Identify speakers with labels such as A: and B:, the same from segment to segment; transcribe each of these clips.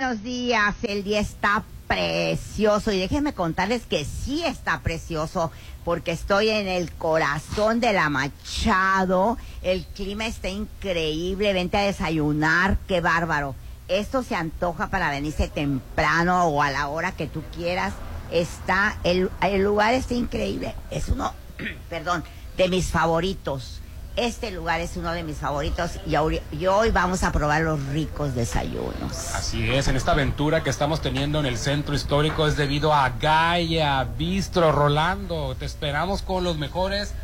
A: buenos días. El día está precioso y déjenme contarles que sí está precioso porque estoy en el corazón de la Machado. El clima está increíble. Vente a desayunar, qué bárbaro. Esto se antoja para venirse temprano o a la hora que tú quieras. Está el, el lugar está increíble. Es uno, perdón, de mis favoritos. Este lugar es uno de mis favoritos y, ahori- y hoy vamos a probar los ricos desayunos.
B: Así es, en esta aventura que estamos teniendo en el centro histórico es debido a Gaia, Bistro, Rolando. Te esperamos con los mejores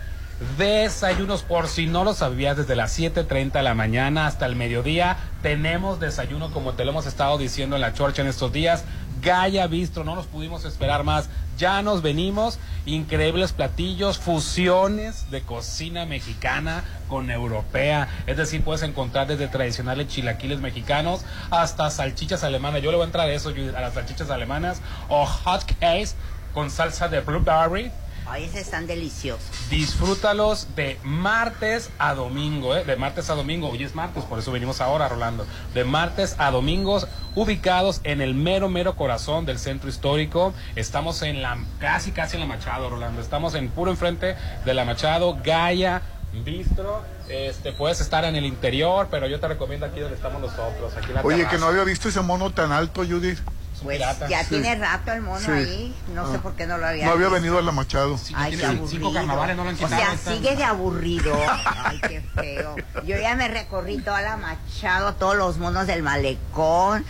B: desayunos. Por si no lo sabías, desde las 7.30 de la mañana hasta el mediodía tenemos desayuno como te lo hemos estado diciendo en la chorcha en estos días. Gaia Bistro, no nos pudimos esperar más. Ya nos venimos, increíbles platillos, fusiones de cocina mexicana con europea. Es decir, puedes encontrar desde tradicionales chilaquiles mexicanos hasta salchichas alemanas. Yo le voy a entrar a eso, Judith, a las salchichas alemanas o hot cakes con salsa de blueberry.
A: Hoy están deliciosos.
B: Disfrútalos de martes a domingo, ¿eh? De martes a domingo. Hoy es martes, por eso venimos ahora, Rolando. De martes a domingos, ubicados en el mero, mero corazón del centro histórico. Estamos en la, casi, casi en la Machado, Rolando. Estamos en puro enfrente de la Machado, Gaia, Bistro. Este, puedes estar en el interior, pero yo te recomiendo aquí donde estamos nosotros, aquí en la
C: Oye, que no
B: terraza.
C: había visto ese mono tan alto, Judith.
B: Es un
A: Pues
B: pirata.
A: ya
C: Sí.
A: tiene rato el mono
C: Sí. Ah.
A: ahí. No sé por qué no lo había
C: No había
A: visto.
C: venido a la Machado.
B: Sí,
A: Ay, qué
B: tiene
A: aburrido.
B: cinco carnavales, no lo han ¿eh?
A: o
B: quitado.
A: sea,
B: están-
A: sigue de aburrido. Ay, qué feo. Yo ya me recorrí toda la Machado, todos los monos del malecón,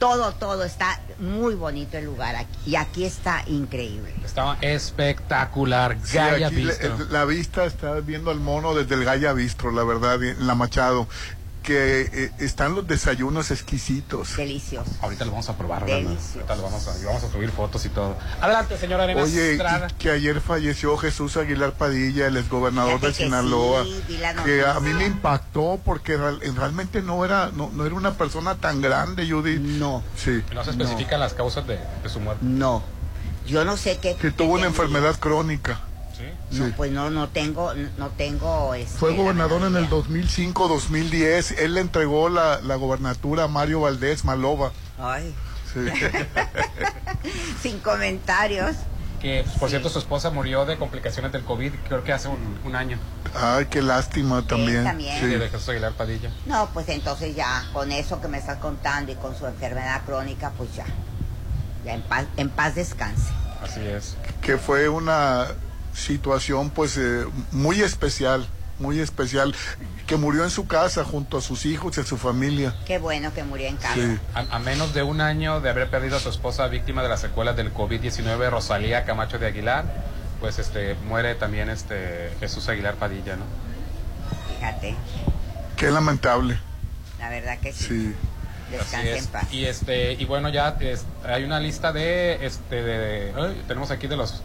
A: todo, todo. Está muy bonito el lugar aquí. Y aquí está increíble.
B: Estaba espectacular.
C: Sí,
B: Gaia
C: aquí le- eh,
B: Bistro.
C: la vista está viendo al mono desde el Gaya Bistro, la verdad, en la Machado. Que eh, están los desayunos exquisitos.
A: Delicioso.
B: Ahorita lo vamos a probar, Rolando.
A: Delicioso.
B: Ahorita lo vamos a, y vamos a subir fotos y todo. Adelante, señora Arenas.
C: Oye,
B: Estrada.
C: y que ayer falleció Jesús Aguilar Padilla, el exgobernador
A: Fíjate
C: de
A: que
C: Sinaloa,
A: sí, vi la
C: que
A: noticia.
C: a mí me impactó porque real- eh, realmente no era no, no era una persona tan grande, Judith.
A: No,
C: Sí.
B: No se especifican las causas de, de su muerte.
A: no. Yo no sé qué.
C: Que tuvo
A: qué
C: una
A: tenía.
C: enfermedad crónica.
B: ¿Sí?
A: No,
C: sí.
A: pues no, no tengo, no tengo. este,
C: Fue
A: la
C: gobernador en
A: verdad.
C: el 2005-2010. Él le entregó la, la gobernatura a Mario Valdés Maloba.
A: Ay,
C: Sí.
A: sin comentarios.
B: Que, pues, por
A: Sí.
B: cierto, su esposa murió de complicaciones del COVID, creo que hace un, un año.
C: Ay, qué lástima también.
A: también.
B: Sí,
C: Sí.
B: de Jesús Aguilar Padilla.
A: No, pues entonces ya, con eso que me estás contando y con su enfermedad crónica, pues ya. Ya en paz, en paz descanse.
B: Así es.
C: que fue una situación pues eh, muy especial, muy especial, que murió en su casa junto a sus hijos y a su familia.
A: Qué bueno que murió en casa.
C: Sí.
B: A, a menos de un año de haber perdido a su esposa víctima de las secuelas del COVID-19, Rosalía Camacho de Aguilar, pues este muere también este Jesús Aguilar Padilla, ¿no?
A: Fíjate,
C: Qué lamentable.
A: la verdad que sí.
C: Sí.
B: Así
A: Descanse
B: es.
A: en paz.
B: Y este y bueno ya es- hay una lista de este de- ay, tenemos aquí de los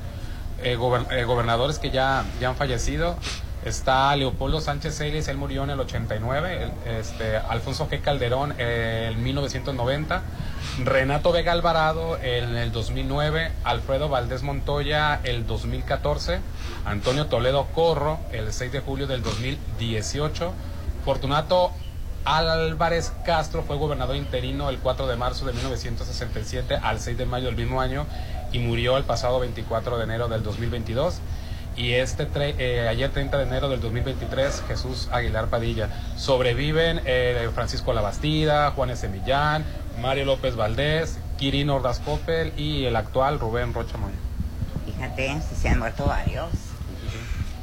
B: eh, gober- eh, gobernadores que ya ya han fallecido. Está Leopoldo Sánchez Celis, él murió en el 89, el- este, Alfonso G. Calderón eh, en 1990, Renato Vega Alvarado en el 2009, Alfredo Valdés Montoya el 2014, Antonio Toledo Corro el 6 de julio del 2018, Fortunato Álvarez Castro fue gobernador interino el 4 de marzo de 1967 al 6 de mayo del mismo año y murió el pasado 24 de enero del 2022. Y este tre- eh, ayer 30 de enero del 2023, Jesús Aguilar Padilla. Sobreviven eh, Francisco Labastida, Juan S. Millán, Mario López Valdés, Quirino Ordaz Coppel y el actual Rubén Rocha Moya.
A: Fíjate, si se han muerto varios.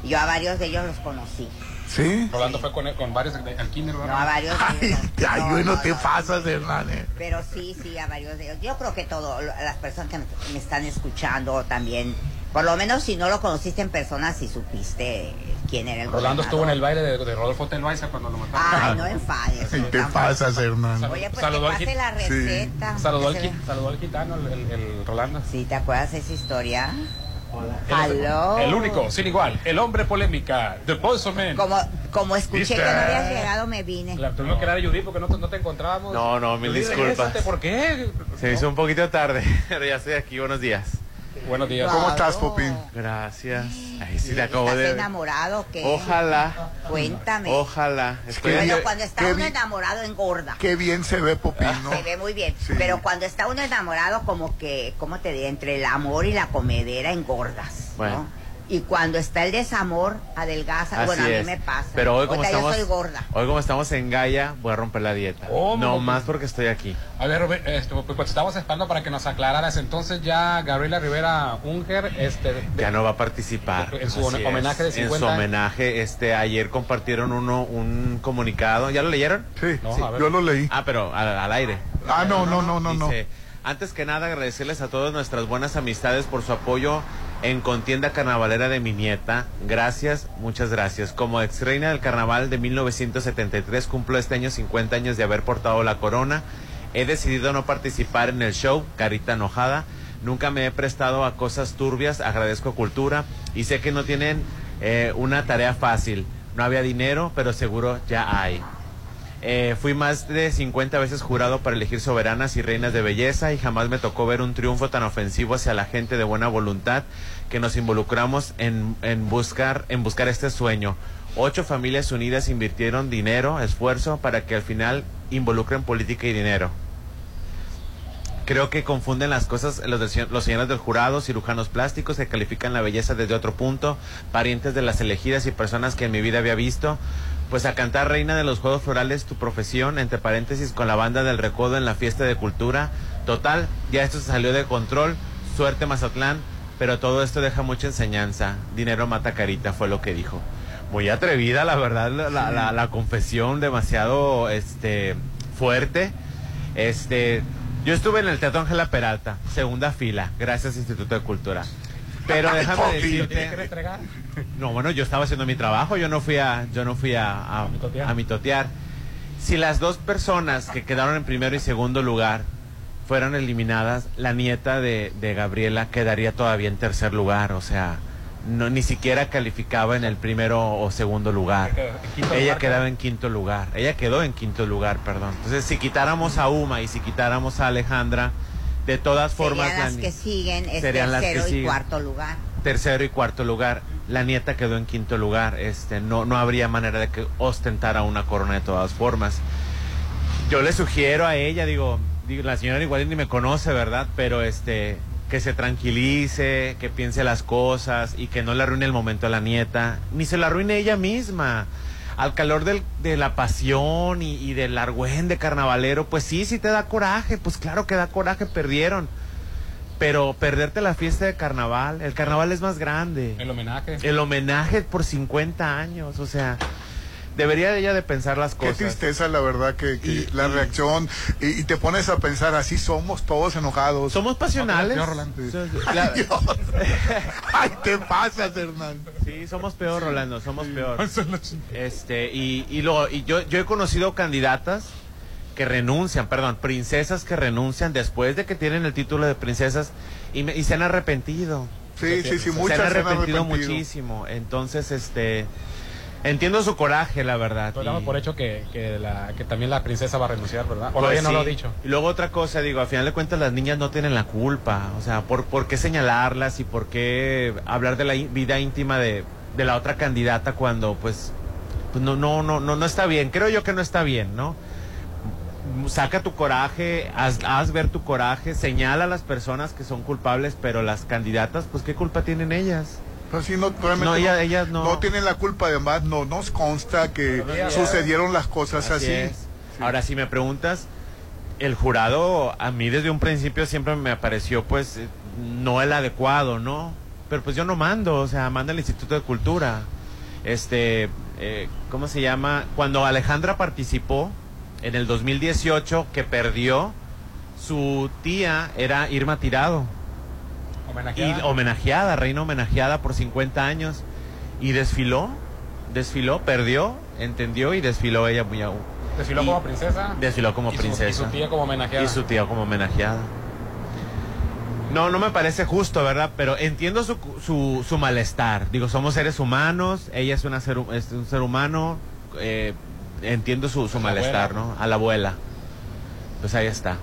A: Yo a varios de ellos los conocí.
C: ¿Sí?
B: Rolando fue con, con varios de- al kinder,
A: No,
B: ¿verdad?
A: a varios de ellos. No, no, no.
C: Hernán. eh.
A: Pero sí, sí, a varios de ellos. Yo creo que todo, lo- las personas que me, me están escuchando también, por lo menos si no lo conociste en persona, si supiste eh, quién era el
B: Rolando
A: gobernador.
B: estuvo en el baile de, de Rodolfo Telvaiza cuando lo mataron.
A: Ay, no enfades.
C: Ay,
A: no,
C: Te
A: tampoco.
C: pasas, Hernán.
A: Oye, pues
B: Saludó al
A: que pase
B: git-
A: la receta.
B: Saludó al,
A: Ah, Que se
B: qui-
A: ve-
B: saludó al gitano, el, el- el Rolando.
A: Sí, ¿te acuerdas de esa historia? Aló. Oh.
B: El, el único, sin igual, el hombre polémica, The Boys of Men.
A: Como, como escuché
B: ¿Viste?
A: que no habías llegado, me vine.
B: La tuvimos que dar a Judith porque no, te- no te encontrábamos.
D: No, no, mil
B: Judith,
D: disculpas.
B: regrésate, ¿Por qué?
D: Se me hizo un poquito tarde, pero ya estoy aquí, buenos días.
A: Qué
B: Buenos días.
C: ¿Cómo estás, Popín?
D: Gracias. Ahí sí
A: ¿Estás
D: te acabo de.
A: enamorado? ¿qué?
D: Ojalá.
A: Cuéntame.
D: Ojalá.
C: que
D: Estoy-
A: Pero
C: bien-
A: cuando está
C: qué
A: uno
C: bien-
A: enamorado engorda.
C: Qué bien se ve Popín, ¿no?
A: Se ve muy bien.
C: Sí.
A: Pero cuando está uno enamorado, como que, ¿cómo te diré? Entre el amor y la comedera engordas. ¿no?
D: Bueno.
A: Y cuando está el desamor, adelgaza. bueno, a mí
D: es.
A: me pasa.
D: Pero hoy como
A: Ahorita
D: estamos,
A: Yo soy gorda.
D: hoy como estamos en Gaia, voy a romper la dieta.
B: ¿Cómo?
D: No más porque estoy aquí.
B: A ver, Robert, este, pues, pues, estamos esperando para que nos aclararas. Entonces ya Gabriela Rivera Unger, este, de-
D: Ya no va a participar.
B: En su
D: Así es.
B: homenaje de
D: En
B: 50
D: su
B: años.
D: homenaje, este, ayer compartieron uno un comunicado. ¿Ya lo leyeron?
C: Sí,
B: No,
C: sí,
B: a ver.
C: yo lo leí.
D: Ah, pero al, al aire.
C: Ah, no, no, no, no, no.
D: Dice, antes que nada agradecerles a todas nuestras buenas amistades por su apoyo en contienda carnavalera de mi nieta. Gracias, muchas gracias. Como ex reina del carnaval de 1973 cumplo este año 50 años de haber portado la corona. He decidido no participar en el show, carita enojada. Nunca me he prestado a cosas turbias, agradezco a Cultura y sé que no tienen eh, una tarea fácil. No había dinero, pero seguro ya hay. Eh, fui más de 50 veces jurado para elegir soberanas y reinas de belleza y jamás me tocó ver un triunfo tan ofensivo hacia la gente de buena voluntad que nos involucramos en, en buscar, en buscar este sueño. Ocho familias unidas invirtieron dinero, esfuerzo para que al final involucren política y dinero. Creo que confunden las cosas los, del- los señores del jurado, cirujanos plásticos que califican la belleza desde otro punto, parientes de las elegidas y personas que en mi vida había visto. Pues a cantar reina de los juegos florales tu profesión, entre paréntesis, con la banda del recodo en la fiesta de cultura. Total, ya esto se salió de control. Suerte Mazatlán, pero todo esto deja mucha enseñanza. Dinero mata carita, fue lo que dijo. Muy atrevida, la verdad, la, la- la- la confesión, demasiado este, fuerte. Este, yo estuve en el Teatro Ángela Peralta, segunda fila, gracias Instituto de Cultura. Pero déjame
C: Popi.
B: ¿Tienes que
D: decirte,
B: entregar?
D: no, bueno, yo estaba haciendo mi trabajo, yo no fui a, yo no fui a, a,
B: mitotear.
D: a mitotear. Si las dos personas que quedaron en primero y segundo lugar fueran eliminadas, la nieta de, de Gabriela quedaría todavía en tercer lugar, o sea, no, ni siquiera calificaba en el primero o segundo lugar.
B: Quinto
D: Ella
B: lugar,
D: quedaba en quinto lugar. Ella quedó en quinto lugar, perdón. Entonces, si quitáramos a Uma y si quitáramos a Alejandra, de todas formas,
A: Serían las
D: la ni-
A: que siguen es
D: serían las que
A: tercero y
D: siguen.
A: cuarto lugar.
D: tercero y cuarto lugar. La nieta quedó en quinto lugar. Este, no, no habría manera de que ostentara una corona de todas formas. Yo le sugiero a ella, digo, digo, la señora igual ni me conoce, ¿verdad? Pero este, que se tranquilice, que piense las cosas y que no le arruine el momento a la nieta, ni se la arruine ella misma. Al calor del- de la pasión y, y del argüende carnavalero, pues sí, sí te da coraje, pues claro que da coraje, perdieron. Pero perderte la fiesta de carnaval, el carnaval es más grande.
B: El homenaje.
D: El homenaje por 50 años, o sea, debería ella de pensar las
C: Qué
D: cosas.
C: tristeza, la verdad, que, que
D: Y-
C: la
D: y-
C: reacción. Y, y te pones a pensar, así somos todos enojados.
D: Somos pasionales.
B: Yo, Rolando.
D: Sí, sí, la-
C: Dios. Ay, te pasas, Hernán.
D: sí, somos peor, Rolando, somos peor.
B: Son los-
D: Este, y, y luego, y yo, yo he conocido candidatas que renuncian, perdón, princesas que renuncian después de que tienen el título de princesas y, me- y se han arrepentido.
C: Sí, sí, sí, muchas
D: se han arrepentido muchísimo. Entonces, este, entiendo su coraje, la verdad.
B: Pues damos
D: y-
B: por hecho que, que, la, que también la princesa va a renunciar, ¿verdad? O
D: Pues
B: todavía no
D: sí.
B: lo ha dicho.
D: Y luego otra cosa, digo, al final de cuentas las niñas no tienen la culpa. O sea, ¿por, por qué señalarlas y por qué hablar de la í- vida íntima de, de la otra candidata cuando pues, pues, no, no, no, no, no está bien? Creo yo que no está bien, ¿no? Saca tu coraje, haz, haz ver tu coraje, señala a las personas que son culpables, pero las candidatas, pues qué culpa tienen ellas.
C: Pues sí, no, realmente
D: No, ella-
C: no-
D: ellas no.
C: no tienen la culpa, además, no nos consta que
B: Todavía.
C: sucedieron las cosas
D: Así
C: así.
D: es. Ahora, si me preguntas, el jurado a mí desde un principio siempre me pareció, pues, eh, no el adecuado, ¿no? Pero pues yo no mando, o sea, manda el Instituto de Cultura. Este, eh, ¿cómo se llama? Cuando Alejandra participó en el 2018, que perdió, su tía era Irma Tirado y
B: Homenajeada.
D: homenajeada, reina homenajeada por 50 años y desfiló, desfiló, perdió, entendió y desfiló ella muy aún.
B: Desfiló
D: y-
B: como princesa.
D: Desfiló como
B: y su-
D: princesa
B: y su tía como homenajeada.
D: y su tío como homenajeada. No, no me parece justo, ¿verdad? Pero entiendo su, su, su malestar. Digo, somos seres humanos, ella es, una ser, hu- es un ser humano, eh, entiendo su, su
B: A la
D: malestar,
B: abuela.
D: ¿no? A la abuela. Pues ahí está.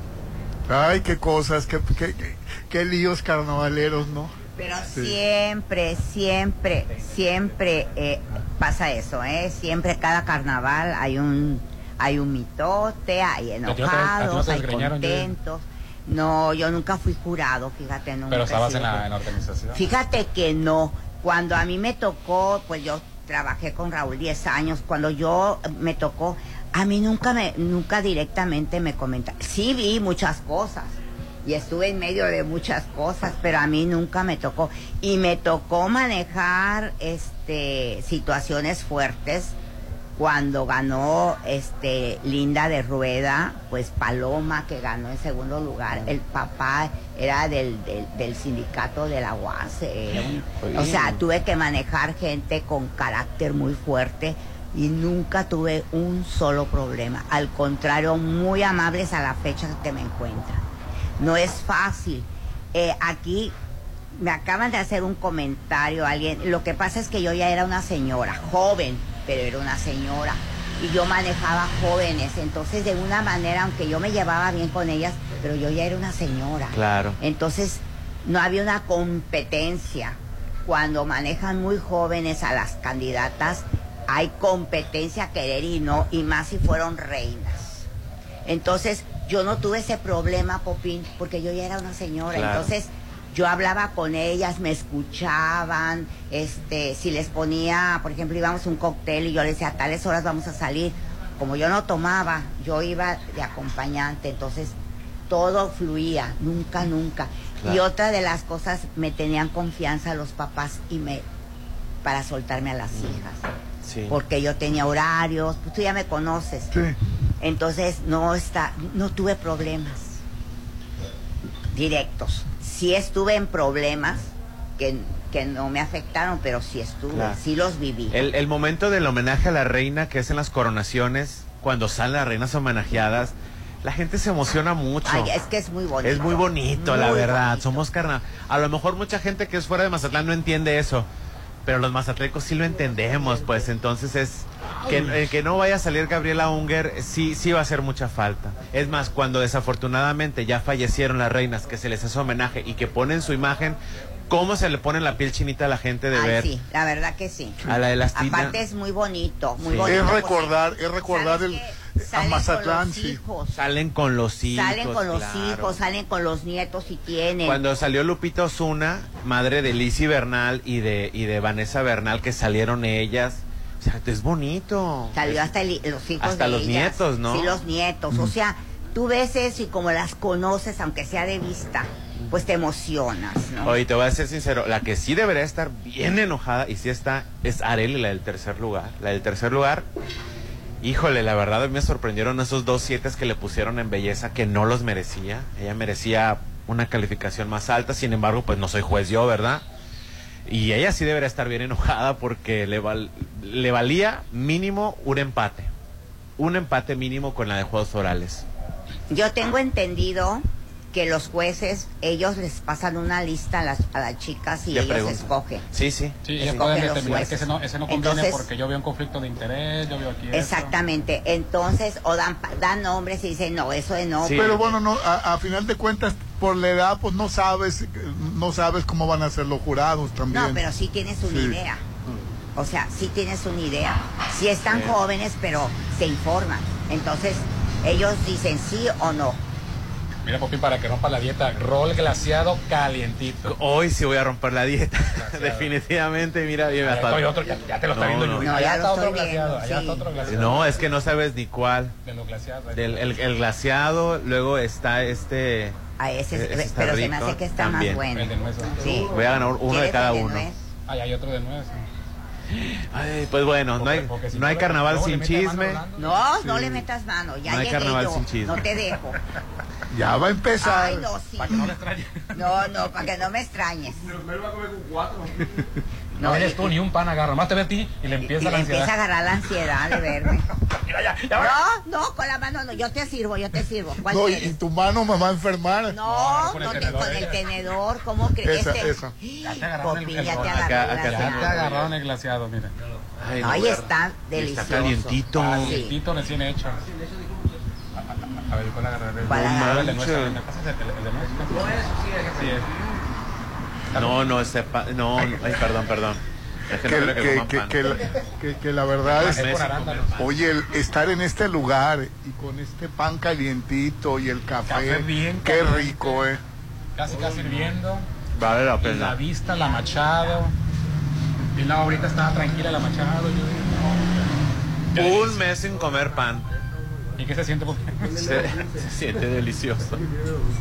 C: Ay, qué cosas, qué, qué, qué, qué líos carnavaleros, ¿no?
A: Pero
C: Sí.
A: siempre, siempre, siempre eh, pasa eso, ¿eh? Siempre cada carnaval hay un hay un mitote, hay
B: no te-
A: enojados,
B: a
A: hay
B: ti no te desgreñaron, Judy.
A: contentos. No, yo nunca fui jurado, fíjate, nunca.
B: Pero
A: he
B: estabas
A: sido
B: en la,
A: jurado.
B: en la organización.
A: Fíjate que no. Cuando a mí me tocó, pues yo trabajé con Raúl 10 años. Cuando yo me tocó, a mí nunca me, nunca directamente me comentaron. Sí vi muchas cosas y estuve en medio de muchas cosas, pero a mí nunca me tocó. Y me tocó manejar, este, situaciones fuertes. Cuando ganó este Linda de Rueda, pues Paloma que ganó en segundo lugar, el papá era del, del, del sindicato de la UAS, eh, era un- o sea, tuve que manejar gente con carácter muy fuerte y nunca tuve un solo problema, al contrario, muy amables a la fecha que me encuentran. No es fácil. Eh, aquí me acaban de hacer un comentario alguien. Lo que pasa es que yo ya era una señora, joven, pero era una señora. Y yo manejaba jóvenes. Entonces, de una manera, aunque yo me llevaba bien con ellas, pero yo ya era una señora.
D: Claro.
A: Entonces, no había una competencia. Cuando manejan muy jóvenes a las candidatas, hay competencia a querer y no, y más si fueron reinas. Entonces, yo no tuve ese problema, Popín, porque yo ya era una señora.
D: Claro.
A: Entonces, yo hablaba con ellas, me escuchaban, este, si les ponía, por ejemplo, íbamos a un cóctel y yo les decía, a tales horas vamos a salir. Como yo no tomaba, yo iba de acompañante, entonces todo fluía, nunca, nunca. Y
D: Claro.
A: otra de las cosas, me tenían confianza los papás y me para soltarme a las hijas,
D: Sí.
A: porque yo tenía horarios, pues tú ya me conoces.
C: Sí.
A: Entonces no está, no tuve problemas directos. Sí estuve en problemas que, que no me afectaron, pero sí estuve,
D: Claro.
A: sí los viví.
D: El, el momento del homenaje a la reina, que es en las coronaciones, cuando salen las reinas homenajeadas, la gente se emociona mucho.
A: Ay, es que es muy bonito.
D: Es muy bonito, la
A: Muy
D: verdad.
A: bonito.
D: Somos carna. A lo mejor mucha gente que es fuera de Mazatlán no entiende eso. Pero los mazatlecos sí lo entendemos, pues entonces es que el que no vaya a salir Gabriela Unger sí sí va a hacer mucha falta. Es más, cuando desafortunadamente ya fallecieron las reinas que se les hace homenaje y que ponen su imagen, cómo se le pone la piel chinita a la gente de
A: Ay,
D: ver
A: sí, la verdad que sí.
D: a la elastina.
A: Aparte es muy bonito, muy
D: Sí.
A: bonito.
C: Es
A: porque
C: recordar, es recordar
A: ¿sabes
C: el eh,
A: qué?
C: a
A: Salen con
C: Mazatlán,
A: los
C: sí.
A: hijos,
D: Salen con los hijos.
A: salen con los
D: claro.
A: hijos, salen con los nietos y tienen.
D: Cuando salió Lupita Osuna, madre de Lizzie Bernal y de, y de Vanessa Bernal, que salieron ellas, o sea, es bonito.
A: Salió
D: Es-
A: hasta el- los hijos
D: Hasta
A: de
D: los
A: ellas.
D: nietos, ¿no?
A: Sí, los nietos. O sea, tú ves eso y como las conoces, aunque sea de vista, pues te emocionas, ¿no?
D: Oye, te voy a ser sincero, la que sí debería estar bien enojada y sí está, es Areli, la del tercer lugar. La del tercer lugar, híjole, la verdad me sorprendieron esos dos siete que le pusieron en belleza que no los merecía. Ella merecía una calificación más alta, sin embargo, pues no soy juez yo, ¿verdad? Y ella sí debería estar bien enojada porque le, val- le valía mínimo un empate. Un empate mínimo con la de Juegos Orales.
A: Yo tengo entendido que los jueces, ellos les pasan una lista a las, a las chicas y
D: Le
A: ellos
D: pregunto.
A: escogen.
D: Sí, sí.
B: Sí,
A: Escogen
B: y pueden
A: los
B: determinar que
A: jueces.
B: ese no, ese no conviene
A: Entonces-
B: porque yo veo un conflicto de interés, yo veo aquí esto.
A: Exactamente. Entonces, o dan, pa- dan nombres y dicen, no, eso de no.
D: Sí.
C: Pero bueno, no, a, a final de cuentas, por la edad, pues no sabes, no sabes cómo van a ser los jurados también.
A: No, pero sí tienes una
C: Sí.
A: idea. O sea, sí tienes una idea. Sí están
D: Sí.
A: jóvenes, pero se informan. Entonces, ellos dicen sí o no.
B: Mira, Popín, para que rompa la dieta, rol glaciado calientito.
D: Hoy sí voy a romper la dieta.
B: Glaseado.
D: Definitivamente, mira, bien
B: Ya,
D: hasta-
B: estoy otro, ya, ya te lo está
D: No,
B: viendo
D: no.
B: Yuri.
A: No,
B: Allá
A: ya
B: está
A: lo
B: otro
A: estoy
B: glaciado,
A: viendo, sí.
B: allá está otro glaciado.
D: No, es que no sabes ni cuál.
B: De los glaciados.
D: Del- eh, el, el glaciado, luego está este.
A: A ese,
D: Ese
A: eh,
D: está
A: pero se me
D: rico
A: hace que está
D: también.
A: más bueno.
B: El de nuez, ¿no?
A: Sí.
D: Voy a ganar uno de
A: ¿Quieres
D: cada
A: el de
D: uno.
A: nuez?
B: Ay, hay otro de nuez.
D: Ay, pues bueno, no
B: Porque-
D: hay,
B: porque si
D: no hay
B: le-
D: carnaval
B: luego le
D: sin
B: mete mano
D: chisme.
B: Orlando.
A: No,
C: Sí.
A: no le metas mano. Ya
D: No hay
A: llegué
D: carnaval
A: yo.
D: sin chisme.
A: No te dejo.
C: Ya va a empezar.
A: Ay, no, sí.
B: Para que no le extrañe.
A: No, no, para que no me extrañes.
B: No,
A: No,
B: eres
A: y-
B: tú ni un pan agarra. Más te ve a ti y le empieza
A: y
B: la
A: le empieza a
B: ansiedad.
A: agarrar la ansiedad de verme.
B: Mira, ya, ya va.
A: No, no, con la mano no. Yo te sirvo, yo te sirvo. ¿Cuál
C: No, y,
A: quieres?
C: y tu mano me va a enfermar.
A: No,
B: No, con el
A: no te-
B: tenedor,
A: con el
B: ella.
A: tenedor, ¿cómo crees?
C: Esa,
A: Este-
C: esa.
B: Ya te agarraron el-
A: Popín,
B: el-
A: ya te
B: acá-
A: agarró
D: acá
A: la
D: te
B: Ya te
A: llave.
B: agarraron el glaciado, mira.
D: Ay,
A: Ahí
D: no,
A: está, delicioso. Ah,
D: Está calientito.
A: Sí.
B: Calientito recién hecho. A- a- A ver, ¿cuál agarraré?
A: ¿Cuál
B: No,
A: agarraré?
B: el de nuez, el de nuez. es el, el- el de México. Sí, es.
D: No, no, sepa, no, no, ay, perdón, perdón. Es que no
C: Que,
D: creo que
C: que-
D: coman
C: que-
D: pan.
C: que la, que- que la verdad es
B: Es por arándanos.
C: Oye, el estar en este lugar y con este pan calientito y el café,
B: Café bien
C: qué
B: caliente.
C: rico, eh.
B: Casi casi hirviendo.
D: Vale la
B: Y la
D: pena.
B: vista, la Machado. Y la ahorita estaba tranquila la Machado. Yo dije,
D: Un mes sin comer pan.
B: no. ¿Y qué se siente? Porque-
D: Se, se siente delicioso.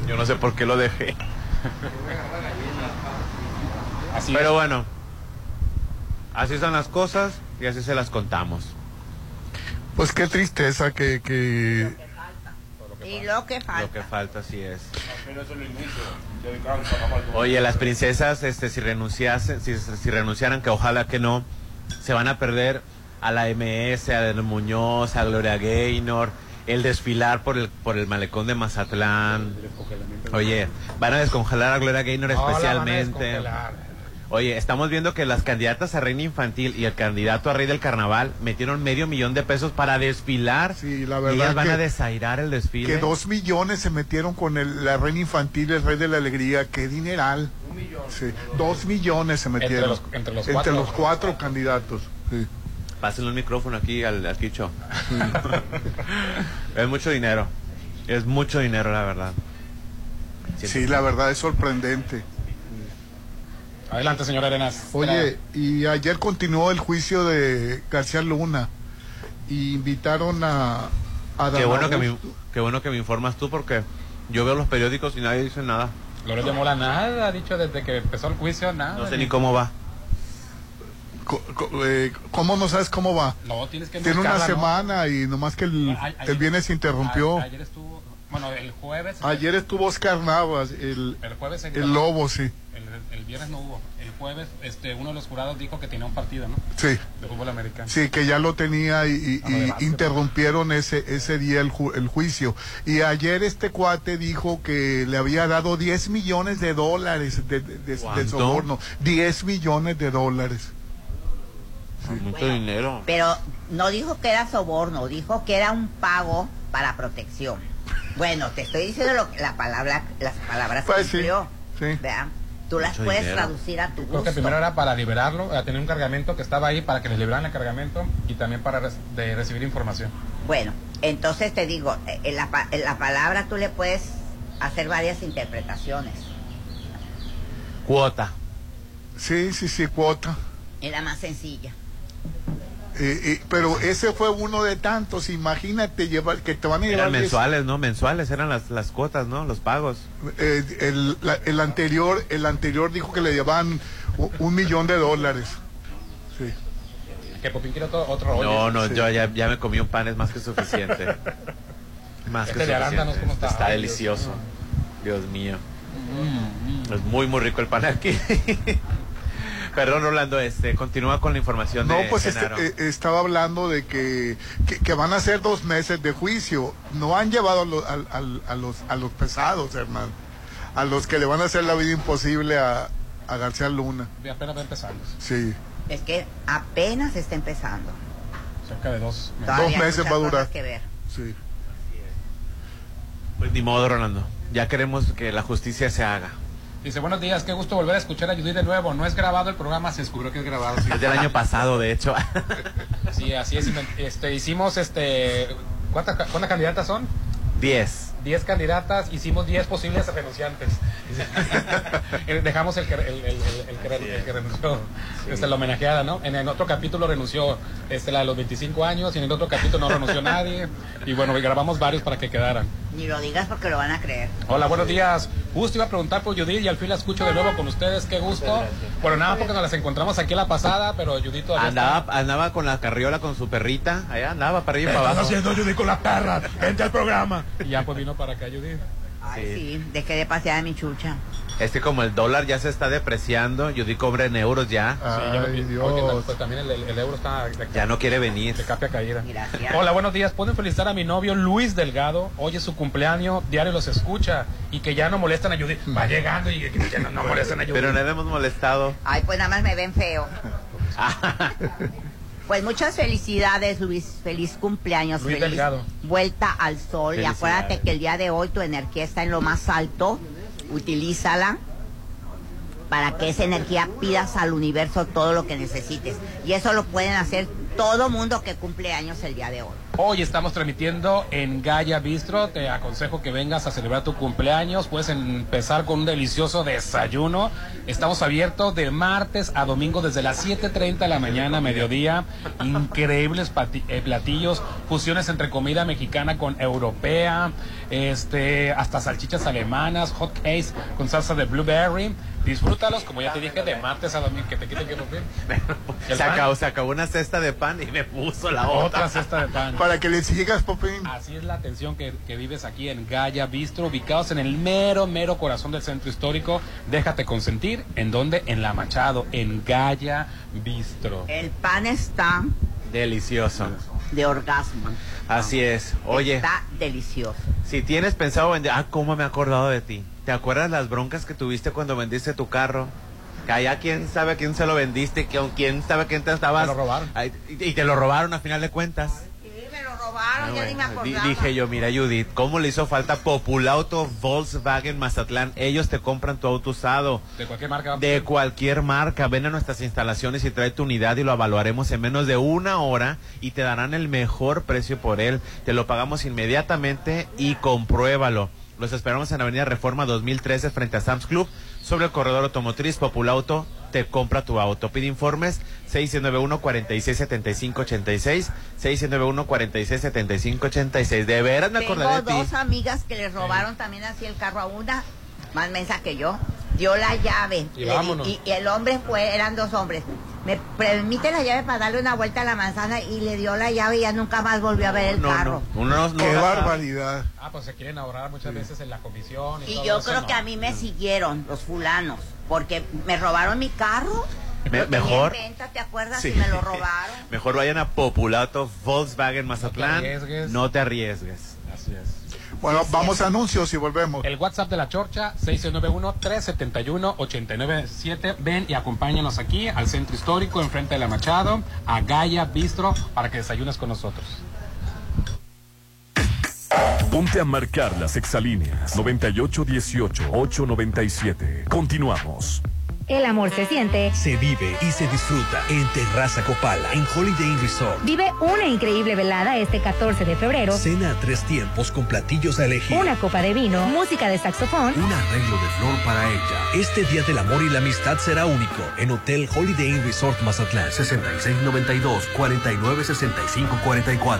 D: Yo no sé por qué lo dejé.
B: Así
D: Pero
B: es.
D: bueno, así son las cosas y así se las contamos.
C: Pues qué tristeza que, que
A: Y lo que
D: Lo que
A: falta.
D: falta sí es. Oye, las princesas, este, si renunciasen, si, si renunciaran, que ojalá que no, se van a perder a la MS, a Del Muñoz, a Gloria Gaynor, el desfilar por el, por el malecón de Mazatlán. Oye, van a descongelar a Gloria Gaynor
B: No, la van a
D: especialmente.
B: descongelar.
D: Oye, estamos viendo que las candidatas a reina infantil y el candidato a rey del carnaval metieron medio millón de pesos para desfilar.
C: Sí, la
D: Y
C: verdad
D: ellas van
C: que-
D: a desairar el desfile.
B: ¿eh?
C: que dos millones se metieron con el- la reina infantil, el rey de la alegría, qué dineral. Sí, dos millones se metieron.
B: los- entre los cuatro.
C: los cuatro candidatos. sí.
D: Pásenle un micrófono aquí al, al Quicho. es mucho dinero. Es mucho dinero, la verdad.
C: Sí. la verdad es sorprendente.
B: Adelante, señora Arenas.
C: Oye, y ayer continuó el juicio de García Luna y invitaron a... a
D: Qué
C: Dan
D: bueno, que me,
C: Augusto.
D: qué bueno que me informas tú porque yo veo los periódicos y nadie dice nada.
B: Loret de Mola nada ha dicho desde que empezó el juicio, nada.
D: No sé ni cómo va.
C: Co- co- eh, ¿Cómo no sabes cómo va?
B: No, tienes que
C: Tiene una
B: buscarla, ¿no?
C: semana y nomás que el,
B: A- ayer-
C: el viernes se interrumpió.
B: a- ayer estuvo, bueno, el jueves.
D: Ah,
C: Ayer estuvo Oscar Navas, el,
B: El jueves. se-
C: el lobo, sí.
B: el- el viernes no hubo. El jueves, este, uno de los jurados dijo que tenía un partido, ¿no?
C: Sí,
B: De fútbol americano.
C: sí, que ya lo tenía y, y-
B: Ah, no, de
C: y
B: básquet.
C: interrumpieron ese, ese día el, ju- el juicio. Y ayer este cuate dijo que le había dado 10 millones de dólares de, de- de- de
D: ¿Cuánto?
C: soborno. 10 millones de dólares.
D: Mucho dinero.
A: Pero no dijo que era soborno, dijo que era un pago para protección. Bueno, te estoy diciendo lo, que- la palabra, las palabras
C: Pues
A: que
C: sí,
A: empleó,
C: sí.
A: ¿verdad? Tú las
D: Mucho
A: puedes
D: dinero.
A: traducir a tu
B: Creo que
A: gusto.
B: primero era para liberarlo, para tener un cargamento que estaba ahí para que le liberaran el cargamento y también para res- de recibir información.
A: Bueno, entonces te digo, eh, en la, pa- en la palabra tú le puedes hacer varias interpretaciones.
D: Cuota.
C: Sí, sí, sí, cuota.
A: Es la más sencilla.
C: Eh, eh, pero ese fue uno de tantos. Imagínate llevar, que te van a llevar.
D: Eran
C: 10
D: mensuales, ¿no? Mensuales eran las, las cuotas, ¿no? Los pagos.
C: Eh, el, la- el anterior el anterior dijo que le llevaban u- un millón de dólares sí.
B: Que Popín quiere otro, otro rollo.
D: No, no,
C: sí.
D: yo ya, ya me comí un pan, es más que suficiente. Más que
B: Este de arándanos,
D: suficiente.
B: ¿cómo está? Ay, Dios
D: delicioso. Dios mío.
B: Mm, mm.
D: Es muy, muy rico el pan aquí. Perdón, Rolando, este, continúa con la información
C: no
D: de
C: pues este,
D: Genaro.
C: eh, estaba hablando de que, que, que van a ser dos meses de juicio no han llevado a, lo- al- al- a los a los pesados hermano a los que le van a hacer la vida imposible a, a García Luna
B: Y Apenas va empezando.
C: sí
A: Es que apenas está empezando.
B: Cerca de dos meses.
A: Todavía hay
C: meses
A: muchas
C: va a
A: cosas
C: durar.
A: que ver.
C: sí
D: Pues ni modo, Rolando. Ya queremos que la justicia se haga.
B: Dice, buenos días, qué gusto volver a escuchar a Judith de nuevo. No es grabado el programa, se descubrió que es grabado. sí.
D: Es del año pasado, de hecho.
B: Sí, así es. Este, hicimos, este, ¿cuántas, ca- cuántas candidatas son?
D: 10.
B: 10 candidatas, hicimos 10 posibles renunciantes. Eh, Dejamos el que, el, el- el- el que-
D: Así es.
B: el que renunció, este, la homenajeada, ¿no? En el otro capítulo renunció este, la de los 25 años, y en el otro capítulo no renunció nadie. Y bueno, grabamos varios para que quedaran.
A: Ni lo digas porque lo van a creer.
B: Hola, buenos días. Justo iba a preguntar por Judith y al fin la escucho de nuevo con ustedes, qué gusto. Bueno, nada, porque nos las encontramos aquí la pasada, pero Judith todavía está-
D: Andaba, andaba con la carriola con su perrita. Allá andaba para arriba y para abajo.
B: Judith con la perra? Vente al programa. Y ya pues vino para acá Judith.
A: Ay,
D: Sí.
A: sí, dejé de pasear a mi chucha.
D: Es que como el dólar ya se está depreciando, Judy cobra en euros ya.
B: Sí, ya lo-
C: Ay,
B: oye,
C: Dios.
B: pues, también el, el euro está de,
D: Ya no quiere venir.
B: de capia caída.
A: Gracias.
B: Hola, buenos días. Pueden felicitar a mi novio Luis Delgado. Hoy es su cumpleaños, diario los escucha y que ya no molestan a Judith. Va llegando y que ya no, no molestan a Judith.
A: pues
D: Pero no le hemos molestado.
A: Ay, pues nada más me ven feo. Pues muchas felicidades, Luis. Feliz cumpleaños.
B: Luis
A: feliz
B: Delgado.
A: Vuelta al sol. Y
D: Felicidades.
A: acuérdate que el día de hoy tu energía está en lo más alto. Utilízala para que esa energía pidas al universo todo lo que necesites. Y eso lo pueden hacer todo mundo que cumple años el día de hoy.
B: Hoy estamos transmitiendo en Gaya Bistro. Te aconsejo que vengas a celebrar tu cumpleaños. Puedes empezar con un delicioso desayuno. Estamos abiertos de martes a domingo desde las 7.30 de la mañana a mediodía. Increíbles pati- eh, platillos, fusiones entre comida mexicana con europea, este, hasta salchichas alemanas, hot cakes con salsa de blueberry. Disfrútalos, como ya te dije, de martes a domingo. Que te quiten que romper. ¿Y el
D: Se
B: pan?
D: acabó, se acabó una cesta de pan y me puso la otra.
B: Otra cesta de pan.
C: Para que le sigas, Popín.
B: Así es la atención que, que vives aquí en Gaya Bistro, ubicados en el mero, mero corazón del centro histórico. Déjate consentir, ¿en dónde? En La Machado, en Gaya Bistro.
A: El pan está
D: Delicioso.
A: de orgasmo.
D: Así es. Oye,
A: Está delicioso.
D: si tienes pensado vender... Ah, ¿cómo me he acordado de ti? ¿Te acuerdas las broncas que tuviste cuando vendiste tu carro? Que allá quién sabe a quién se lo vendiste, que quién sabe a quién te estabas...
B: Te lo robaron.
D: Ay, y, y te lo robaron a final de cuentas.
A: Sí, me lo robaron,
D: Ah,
A: yo ni me
D: bueno. Di-
A: acordaba.
D: Dije yo, mira Judith, ¿cómo le hizo falta Populauto Volkswagen Mazatlán? Ellos te compran tu auto usado.
B: De cualquier marca.
D: De cualquier marca, ven a nuestras instalaciones y trae tu unidad y lo evaluaremos en menos de una hora y te darán el mejor precio por él. Te lo pagamos inmediatamente y compruébalo. Los esperamos en Avenida Reforma 2013 frente a Sam's Club sobre el corredor automotriz Populauto. Te compra tu auto. Pide informes 691-467586. 691-467586. De veras me acordé
A: Tengo
D: de ti.
A: dos amigas que les robaron también así el carro a una, más mensa que yo. Dio la llave.
B: Y vámonos.
A: y- y el hombre fue, eran dos hombres. Me permite la llave para darle una vuelta a la manzana y le dio la llave y ya nunca más volvió a ver el
D: No,
A: carro.
D: no, uno no- no
C: Qué
D: la sabe.
C: barbaridad.
B: Ah, pues se quieren ahorrar muchas veces en la comisión. Y,
A: Y
B: todo
A: yo
B: eso,
A: creo
B: ¿no?
A: que a mí me siguieron los fulanos porque me robaron mi carro.
D: Me-
A: Lo tenía
D: mejor.
A: en venta, ¿Te acuerdas?
D: Sí.
A: Y me lo robaron.
D: Mejor vayan a Populato Volkswagen Mazatlán.
B: arriesgues.
D: No te arriesgues.
B: Así es.
C: Bueno, vamos a anuncios y volvemos.
B: El WhatsApp de la Chorcha, 691-371-897. Ven y acompáñanos aquí al centro histórico, enfrente de La Machado, a Gaya Bistro, para que desayunes con nosotros.
E: Ponte a marcar las exalíneas 9818-897. Continuamos.
F: El amor se siente.
G: Se vive y se disfruta en Terraza Copala, en Holiday Inn Resort.
F: Vive una increíble velada este 14 de febrero.
G: Cena a tres tiempos con platillos a elegir.
F: Una copa de vino, música de saxofón.
G: Un arreglo de flor para ella. Este Día del Amor y la Amistad será único en Hotel Holiday Inn Resort Mazatlán. 6692-496544.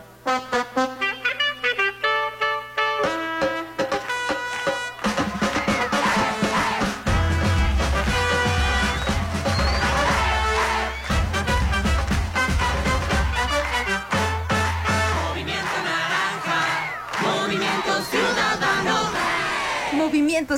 F: Movimiento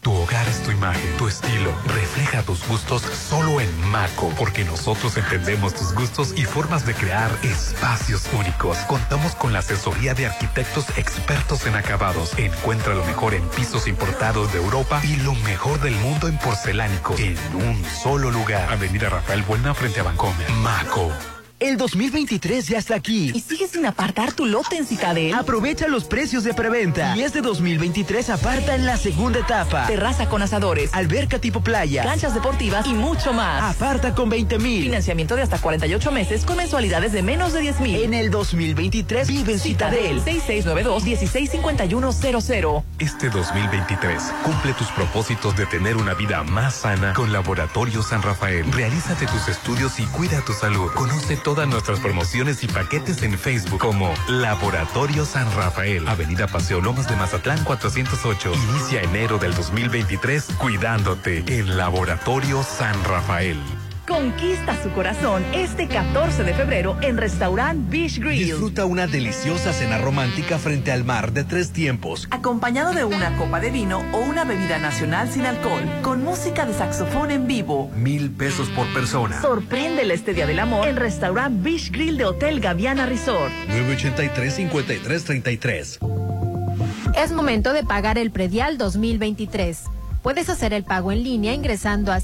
E: Tu hogar es tu imagen, tu estilo. Refleja tus gustos solo en Maco, porque nosotros entendemos tus gustos y formas de crear espacios únicos. Contamos con la asesoría de arquitectos expertos en acabados. Encuentra lo mejor en pisos importados de Europa y lo mejor del mundo en porcelánico en un solo lugar. Avenida Rafael Buena frente a Bancomer. Maco.
H: El 2023 ya está aquí. ¿Y sigues sin apartar tu lote en Citadel? Aprovecha los precios de preventa. Y este 2023 aparta en la segunda etapa. Terraza con asadores, alberca tipo playa, canchas deportivas y mucho más. Aparta con 20 mil. Financiamiento de hasta 48 meses con mensualidades de menos de 10 mil. En el 2023 vive en Citadel. 6692-165100.
E: Este 2023 cumple tus propósitos de tener una vida más sana con Laboratorio San Rafael. Realízate tus estudios y cuida tu salud. Conoce todas nuestras promociones y paquetes en Facebook como Laboratorio San Rafael, Avenida Paseo Lomas de Mazatlán 408. Inicia enero del 2023 cuidándote en Laboratorio San Rafael.
H: Conquista su corazón este 14 de febrero en Restaurant Beach Grill.
G: Disfruta una deliciosa cena romántica frente al mar de tres tiempos.
H: Acompañado de una copa de vino o una bebida nacional sin alcohol, con música de saxofón en vivo.
G: Mil pesos por persona.
H: Sorpréndele este día del amor en Restaurant Beach Grill de Hotel Gaviana Resort.
G: 983-5333.
I: Es momento de pagar el predial 2023. Puedes hacer el pago en línea ingresando a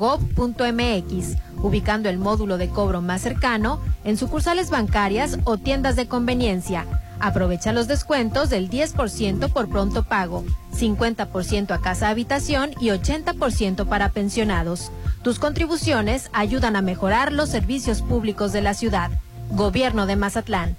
I: servicios.mazatlán.gov.mx, ubicando el módulo de cobro más cercano en sucursales bancarias o tiendas de conveniencia. Aprovecha los descuentos del 10% por pronto pago, 50% a casa habitación y 80% para pensionados. Tus contribuciones ayudan a mejorar los servicios públicos de la ciudad. Gobierno de Mazatlán.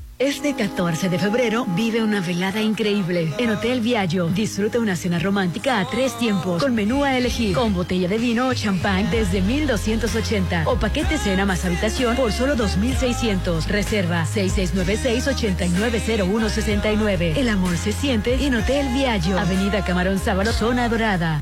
J: Este 14 de febrero vive una velada increíble. En Hotel Viaggio disfruta una cena romántica a tres tiempos con menú a elegir, con botella de vino o champán desde 1280 o paquete cena más habitación por solo 2600. Reserva 6696-890169. El amor se siente en Hotel Viaggio, Avenida Camarón Sábalo, Zona Dorada.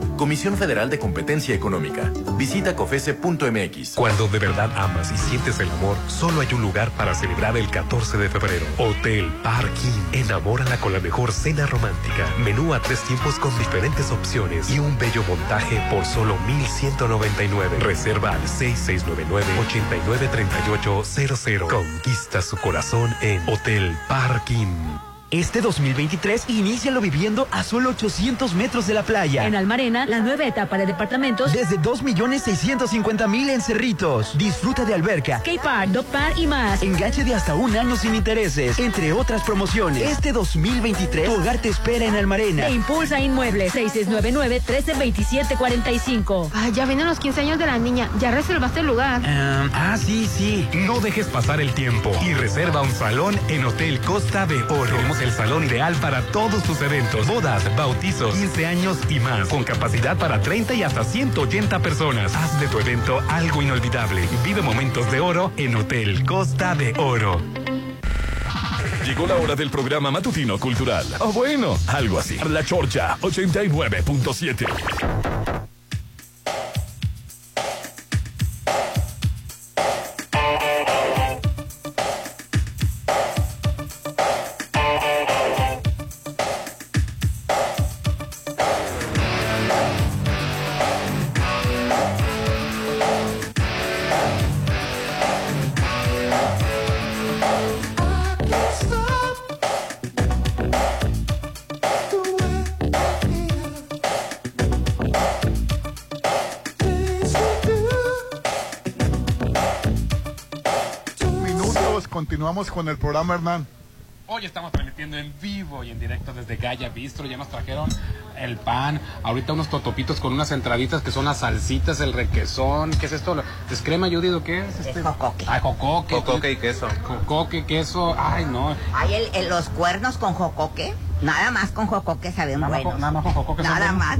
K: Comisión Federal de Competencia Económica. Visita cofese.mx.
E: Cuando de verdad amas y sientes el amor, solo hay un lugar para celebrar el 14 de febrero. Hotel Parking. Enamórala con la mejor cena romántica. Menú a tres tiempos con diferentes opciones y un bello montaje por solo 1199. Reserva al 6699-893800. Conquista su corazón en Hotel Parking.
H: Este 2023 inícialo viviendo a solo 800 metros de la playa.
J: En Almarena, la nueva etapa de departamentos
H: desde 2.650.000 en Cerritos. Disfruta de alberca,
J: skate park, dog park y más.
H: Enganche de hasta un año sin intereses, entre otras promociones. Este 2023 tu hogar te espera en Almarena.
J: Te impulsa Inmuebles 6699-132745.
I: Ah, ya vienen los 15 años de la niña. Ya reservaste el lugar.
E: Um, ah, sí, sí. No dejes pasar el tiempo y reserva un salón en Hotel Costa de Oro el salón ideal para todos tus eventos, bodas, bautizos, 15 años y más, con capacidad para 30 y hasta 180 personas. Haz de tu evento algo inolvidable. Vive momentos de oro en Hotel Costa de Oro.
L: Llegó la hora del programa matutino cultural. O oh, bueno, algo así. La Chorcha 89.7.
C: con el programa, Hernán.
B: Hoy estamos transmitiendo en vivo y en directo desde Gaya Bistro. Ya nos trajeron el pan, ahorita unos totopitos con unas entraditas que son las salsitas, el requesón. ¿Qué es esto? ¿Es crema, Judith, o qué es? Este?
A: jocoque.
B: Ah, jocoque.
D: Cocoque y queso.
B: Jocoque, queso. Ay, no.
A: Hay el- el- los cuernos con jocoque. Nada más con jocoque saben
B: Nada más
A: buenos.
B: con- nada más con jocoque son
A: Nada
B: buenos.
A: más.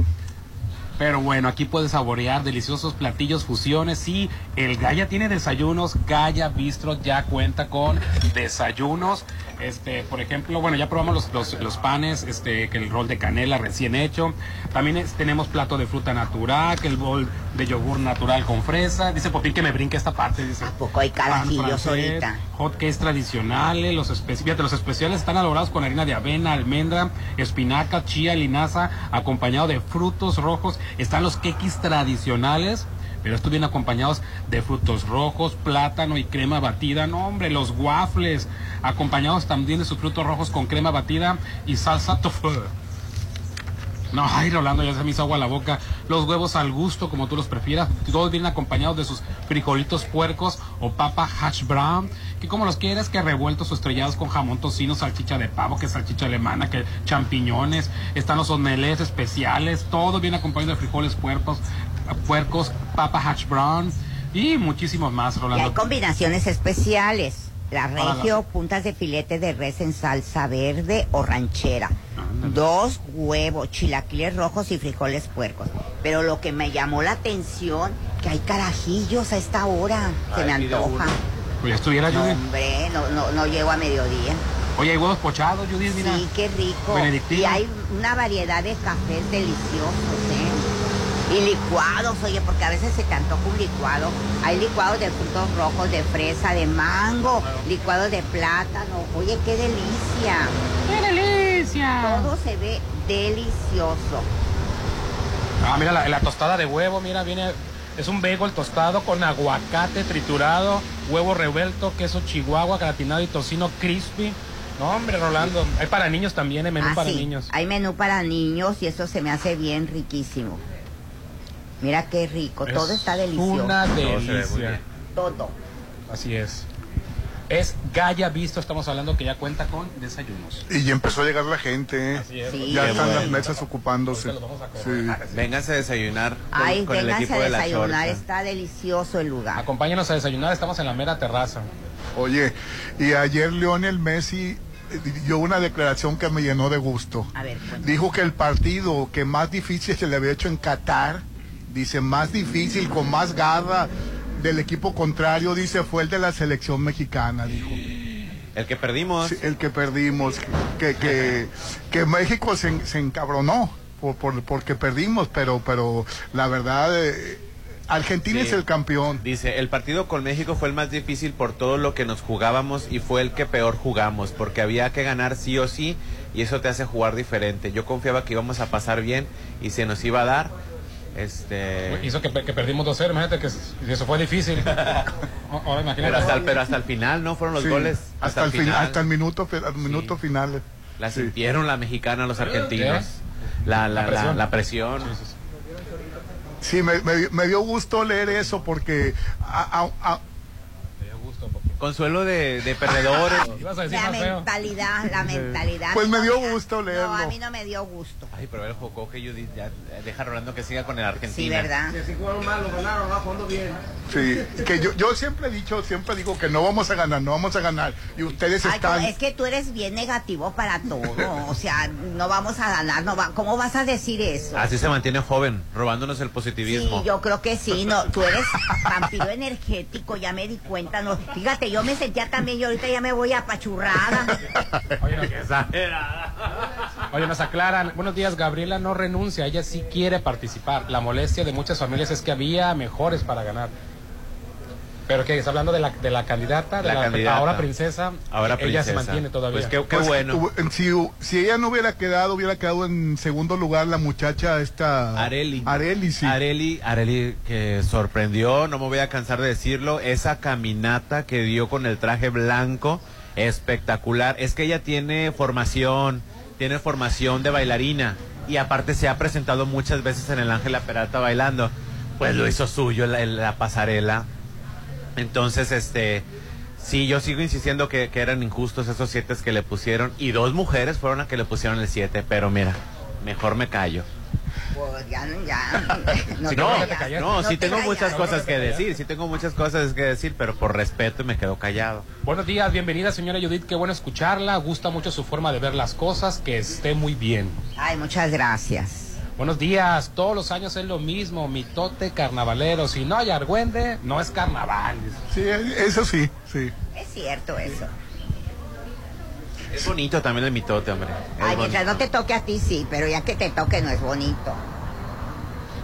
B: Pero bueno, aquí puedes saborear deliciosos platillos, fusiones y el Gaya tiene desayunos. Gaya Bistro ya cuenta con desayunos. Este, por ejemplo, bueno, ya probamos los, los- los panes, este, que el rol de canela recién hecho. También es- tenemos plato de fruta natural, que el bol de yogur natural con fresa. Dice Popín que me brinque esta parte, dice.
A: Poco hay carajillos ahorita.
B: Hot cakes tradicionales, los especiales. los especiales están elaborados con harina de avena, almendra, espinaca, chía, linaza, acompañado de frutos rojos. Están los quequis tradicionales, pero estos vienen acompañados de frutos rojos, plátano y crema batida. No, hombre, los waffles, acompañados también de sus frutos rojos con crema batida y salsa tofu. No, ay, Rolando, ya se me hizo agua la boca. Los huevos al gusto, como tú los prefieras. Todos vienen acompañados de sus frijolitos puercos o papa hash brown. Que como los quieres, que revueltos o estrellados con jamón tocino, salchicha de pavo, que salchicha alemana, que champiñones. Están los omelets especiales. Todo viene acompañado de frijoles puercos, puercos papa hash brown y muchísimos más,
A: Y hay
B: Rolando.
A: combinaciones especiales. La
B: Ahora,
A: regio, puntas de filete de res en salsa verde o ranchera. Dos huevos, chilaquiles rojos y frijoles puercos. Pero lo que me llamó la atención, que hay carajillos a esta hora. Se
B: Ay,
A: me
B: pide
A: antoja.
B: uno. Pues estuviera,
A: No,
B: Judith.
A: hombre, no, no, no llego a mediodía.
B: Oye, hay huevos pochados, Judith, mira.
A: Sí, qué rico.
B: Benedictino.
A: Y hay una variedad de cafés deliciosos, ¿eh? Y licuados, oye, porque a veces se te antoja un licuado. Hay licuados de frutos rojos, de fresa, de mango, licuados de plátano. Oye, qué delicia.
B: ¡Qué delicia!
A: Todo se ve delicioso.
B: Ah, mira la, la tostada de huevo, mira, viene. Es un bagel tostado con aguacate triturado, huevo revuelto, queso chihuahua gratinado y tocino crispy. No, hombre, Rolando. Hay para niños también, hay menú
A: Ah,
B: para
A: sí,
B: niños.
A: Hay menú para niños y eso se me hace bien riquísimo. Mira qué rico,
B: Es
A: pues todo está delicioso.
B: Una
D: se ve muy
B: delicia.
A: Todo.
B: Así es. Es Gaya Visto, estamos hablando que ya cuenta con desayunos.
C: Y ya empezó a llegar la gente. ¿eh?
B: Así es.
A: Sí.
C: Ya
D: Qué
C: están las
D: bueno.
C: mesas ocupándose. Sí.
D: Vénganse a desayunar con,
A: Ay,
D: con el
A: vénganse
D: equipo
A: a
D: de la
A: desayunar,
D: Chorcha.
A: está delicioso el lugar.
B: Acompáñenos a desayunar, estamos en la mera terraza.
C: Oye, y ayer Lionel Messi eh, dio una declaración que me llenó de gusto.
A: A ver, cuéntame.
C: Dijo que el partido que más difícil se le había hecho en Qatar, dice más difícil, con más garra del equipo contrario, dice fue el de la selección mexicana, dijo.
D: El que perdimos.
C: Sí, el que perdimos, que, que, que México se, en- se encabronó por, por- porque perdimos, pero, pero la verdad, eh, Argentina
D: Sí.
C: es el campeón.
D: Dice, el partido con México fue el más difícil por todo lo que nos jugábamos y fue el que peor jugamos, porque había que ganar sí o sí y eso te hace jugar diferente. Yo confiaba que íbamos a pasar bien y se nos iba a dar. Este,
B: Hizo que, pe- que perdimos 2-0, imagínate que s- eso fue difícil. Ahora imagínate.
D: pero, hasta el, pero hasta el final, ¿no? Fueron los
C: Sí,
D: goles.
C: Hasta, el fin-
D: final.
C: hasta el minuto, fi- al minuto final.
D: La sintieron la mexicana, los argentinos. La, la,
C: La
D: la-
C: presión.
D: la presión.
C: Sí, me, me- me dio gusto leer eso porque a- a- a-
D: Consuelo de, de perdedores.
A: La mentalidad, la mentalidad.
C: Pues
A: A mí
C: me
A: no
C: dio
A: da-
C: gusto
A: No, a
C: leerlo.
A: mí no me dio gusto.
D: Ay, pero el jocó que Judith ya eh, deja a Rolando que siga con el Argentina.
A: Sí, ¿verdad?
M: Si jugaron mal, lo ganaron, no jugando bien.
C: sí, que yo, yo siempre he dicho, siempre digo que no vamos a ganar, no vamos a ganar. Y ustedes
A: Ay,
C: están...
A: como- es que tú eres bien negativo para todo. O sea, no vamos a ganar. No va, ¿Cómo vas a decir eso?
D: Así se mantiene joven, robándonos el
A: Sí,
D: positivismo.
A: yo creo que sí, no, tú eres vampiro energético, ya me di cuenta, no, fíjate, yo me sentía también, yo ahorita ya me voy apachurrada.
B: Oye, nos aclaran. Buenos días, Gabriela no renuncia, ella sí quiere participar. La molestia de muchas familias es que había mejores para ganar. Pero que está hablando de la, de la candidata, de
D: La
B: la,
D: candidata.
B: ahora princesa,
D: Ahora
B: ella se
D: princesa.
B: mantiene todavía.
D: Pues qué- qué
C: Pues,
D: bueno.
C: hubo- Si, si ella no hubiera quedado, hubiera quedado en segundo lugar la muchacha esta...
D: Areli.
C: Areli, sí.
D: Areli, Areli que sorprendió, no me voy a cansar de decirlo, esa caminata que dio con el traje blanco, espectacular. Es que ella tiene formación, tiene formación de bailarina y aparte se ha presentado muchas veces en el Ángela Peralta bailando. Pues lo hizo suyo la, la pasarela. Entonces, este, Sí, yo sigo insistiendo que, que eran injustos esos siete que le pusieron. Y dos mujeres fueron las que le pusieron el siete. Pero mira, mejor me callo.
A: Pues ya, ya.
D: No,
A: te
D: no,
A: vayas, no
D: no, sí
A: te
D: tengo
A: vayas.
D: muchas cosas que
B: te vayas.
D: decir. Sí tengo muchas cosas que decir, pero por respeto me quedo callado.
B: Buenos días, bienvenida señora Judith, qué bueno escucharla, gusta mucho su forma de ver las cosas, que esté muy bien.
A: Ay, muchas gracias.
B: Buenos días, todos los años es lo mismo, mitote carnavalero, si no hay argüende, no es carnaval.
C: Sí, eso sí, sí.
A: Es cierto eso.
D: Es bonito también el mitote, hombre.
A: Ay,
D: Es bonito.
A: mientras no te toque a ti, sí, pero ya que te toque no es bonito.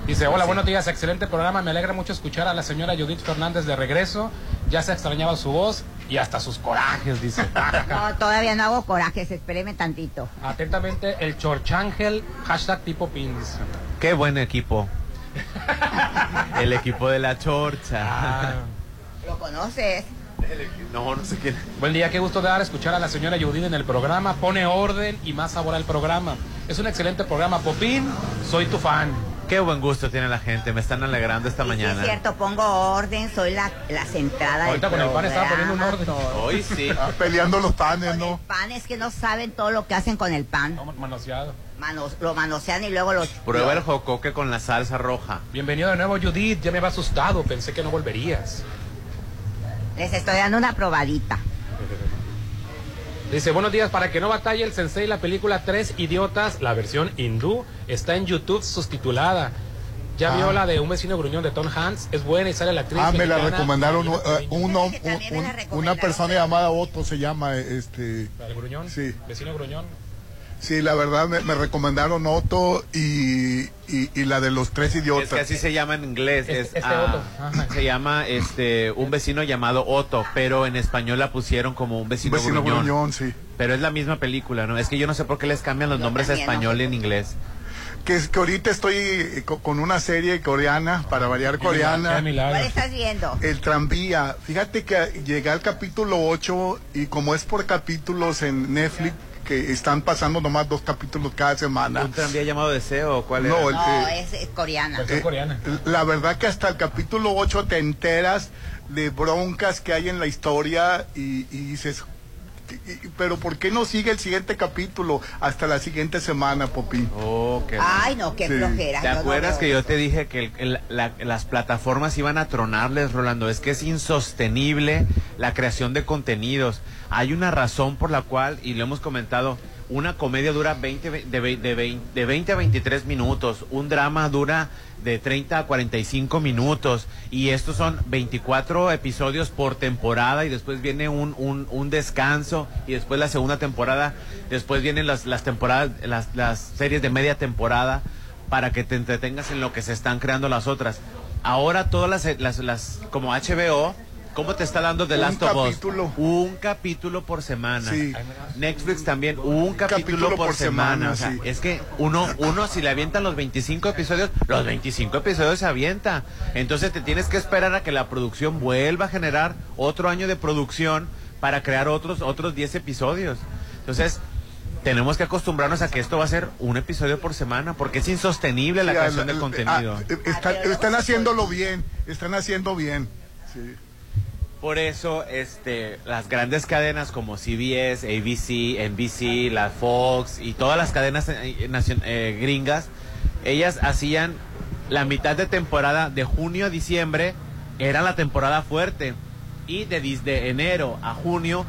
B: Dice, hola, buenos días, excelente programa, me alegra mucho escuchar a la señora Judith Fernández de regreso, ya se extrañaba su voz y hasta sus corajes, dice.
A: No, todavía no hago corajes, espéreme tantito.
B: Atentamente, el chorchangel, hashtag tipo pin, dice.
D: Qué buen equipo. El equipo de la chorcha.
A: ¿Lo conoces?
D: No, no sé quién.
B: Buen día, qué gusto dar escuchar a la señora Judith en el programa. Pone orden y más sabor al programa. Es un excelente programa, Popín. Soy tu fan.
D: Qué buen gusto tiene la gente. Me están alegrando esta
A: Sí, es
D: mañana.
A: cierto, pongo orden, soy la, la centrada
D: Ahorita
A: del
D: con el pan estaba
A: programa,
D: poniendo un orden.
A: todo.
D: Hoy sí.
C: Ah, Peleando los panes, ¿no?
A: Pan es que no saben todo lo que hacen con el pan.
B: Manoseado.
A: Manos- lo manosean y luego lo...
D: Prueba el jocoque con la salsa roja.
B: Bienvenido de nuevo, Judith. Ya me había asustado. Pensé que no volverías.
A: Les estoy dando una probadita.
B: Dice, buenos días. Para que no batalle el sensei, la película Tres Idiotas, la versión hindú, está en YouTube subtitulada. Ya
C: Ah.
B: vio la de Un vecino gruñón de Tom Hanks. Es buena y sale la actriz.
C: Ah, me la
B: mexicana.
C: recomendaron eh, uno, un- un- una persona llamada Otto se llama este.
B: ¿La del gruñón?
C: Sí.
B: Vecino gruñón.
C: Sí, la verdad me, me recomendaron Otto y, y, y la de los tres idiotas.
D: Es que así se llama en inglés. Es,
C: Este- este
D: ah,
C: Otto.
D: se llama este un vecino llamado Otto, pero en español la pusieron como un vecino,
C: Vecino
D: gruñón.
C: gruñón, sí.
D: Pero es la misma película, ¿no? Es que yo no sé por qué les cambian los nombres a
C: también,
D: español y en inglés.
C: Que, es que ahorita estoy eh, co- con una serie coreana, para variar coreana.
A: ¿Cuál estás viendo?
C: El tranvía. Fíjate que llegué al capítulo 8 y como es por capítulos en Netflix, que están pasando nomás dos capítulos cada semana.
D: ¿Un tranvía llamado Deseo o cuál era?
C: No, el-
A: No,
C: eh,
A: es, es coreana.
C: eh, La verdad que hasta el capítulo 8 te enteras de broncas que hay en la historia y, y dices, "¿Qué- qué- pero ¿por qué no sigue el siguiente capítulo hasta la siguiente semana, Popín?
D: Oh, qué
A: Ay, no, qué flojera.
D: ¿Te
A: yo no
D: acuerdas
A: veo
D: que yo
A: eso.
D: te dije que el- el- la- las plataformas iban a tronarles, Rolando? Es que es insostenible la creación de contenidos. Hay una razón por la cual, y lo hemos comentado, una comedia dura 20, ve- de, ve- de, vein- de 20 a 23 minutos, un drama dura de 30 a 45 minutos, y estos son 24 episodios por temporada, y después viene un, un, un descanso, y después la segunda temporada, después vienen las, las temporadas, las, las series de media temporada para que te entretengas en lo que se están creando las otras. Ahora todas las, las, las- como HBO, ¿cómo te está dando The
C: Un
D: Last of
C: capítulo.
D: Us? Un capítulo por semana.
C: Sí.
D: Netflix también, un capítulo,
C: capítulo
D: por,
C: por
D: semana.
C: semana,
D: O sea,
C: sí.
D: Es que uno, uno si le avientan los 25 episodios, los 25 episodios se avienta. Entonces te tienes que esperar a que la producción vuelva a generar otro año de producción para crear otros, otros 10 episodios. Entonces, tenemos que acostumbrarnos a que esto va a ser un episodio por semana, porque es insostenible la
C: Sí,
D: creación
C: al-
D: de
C: al-
D: contenido.
C: ah, eh, están, están haciéndolo bien, están haciendo bien. Sí.
D: Por eso, este, las grandes cadenas como CBS, ABC, NBC, la Fox y todas las cadenas eh, eh, nacion- eh, gringas, ellas hacían la mitad de temporada de junio a diciembre era la temporada fuerte y de, dis- de enero a junio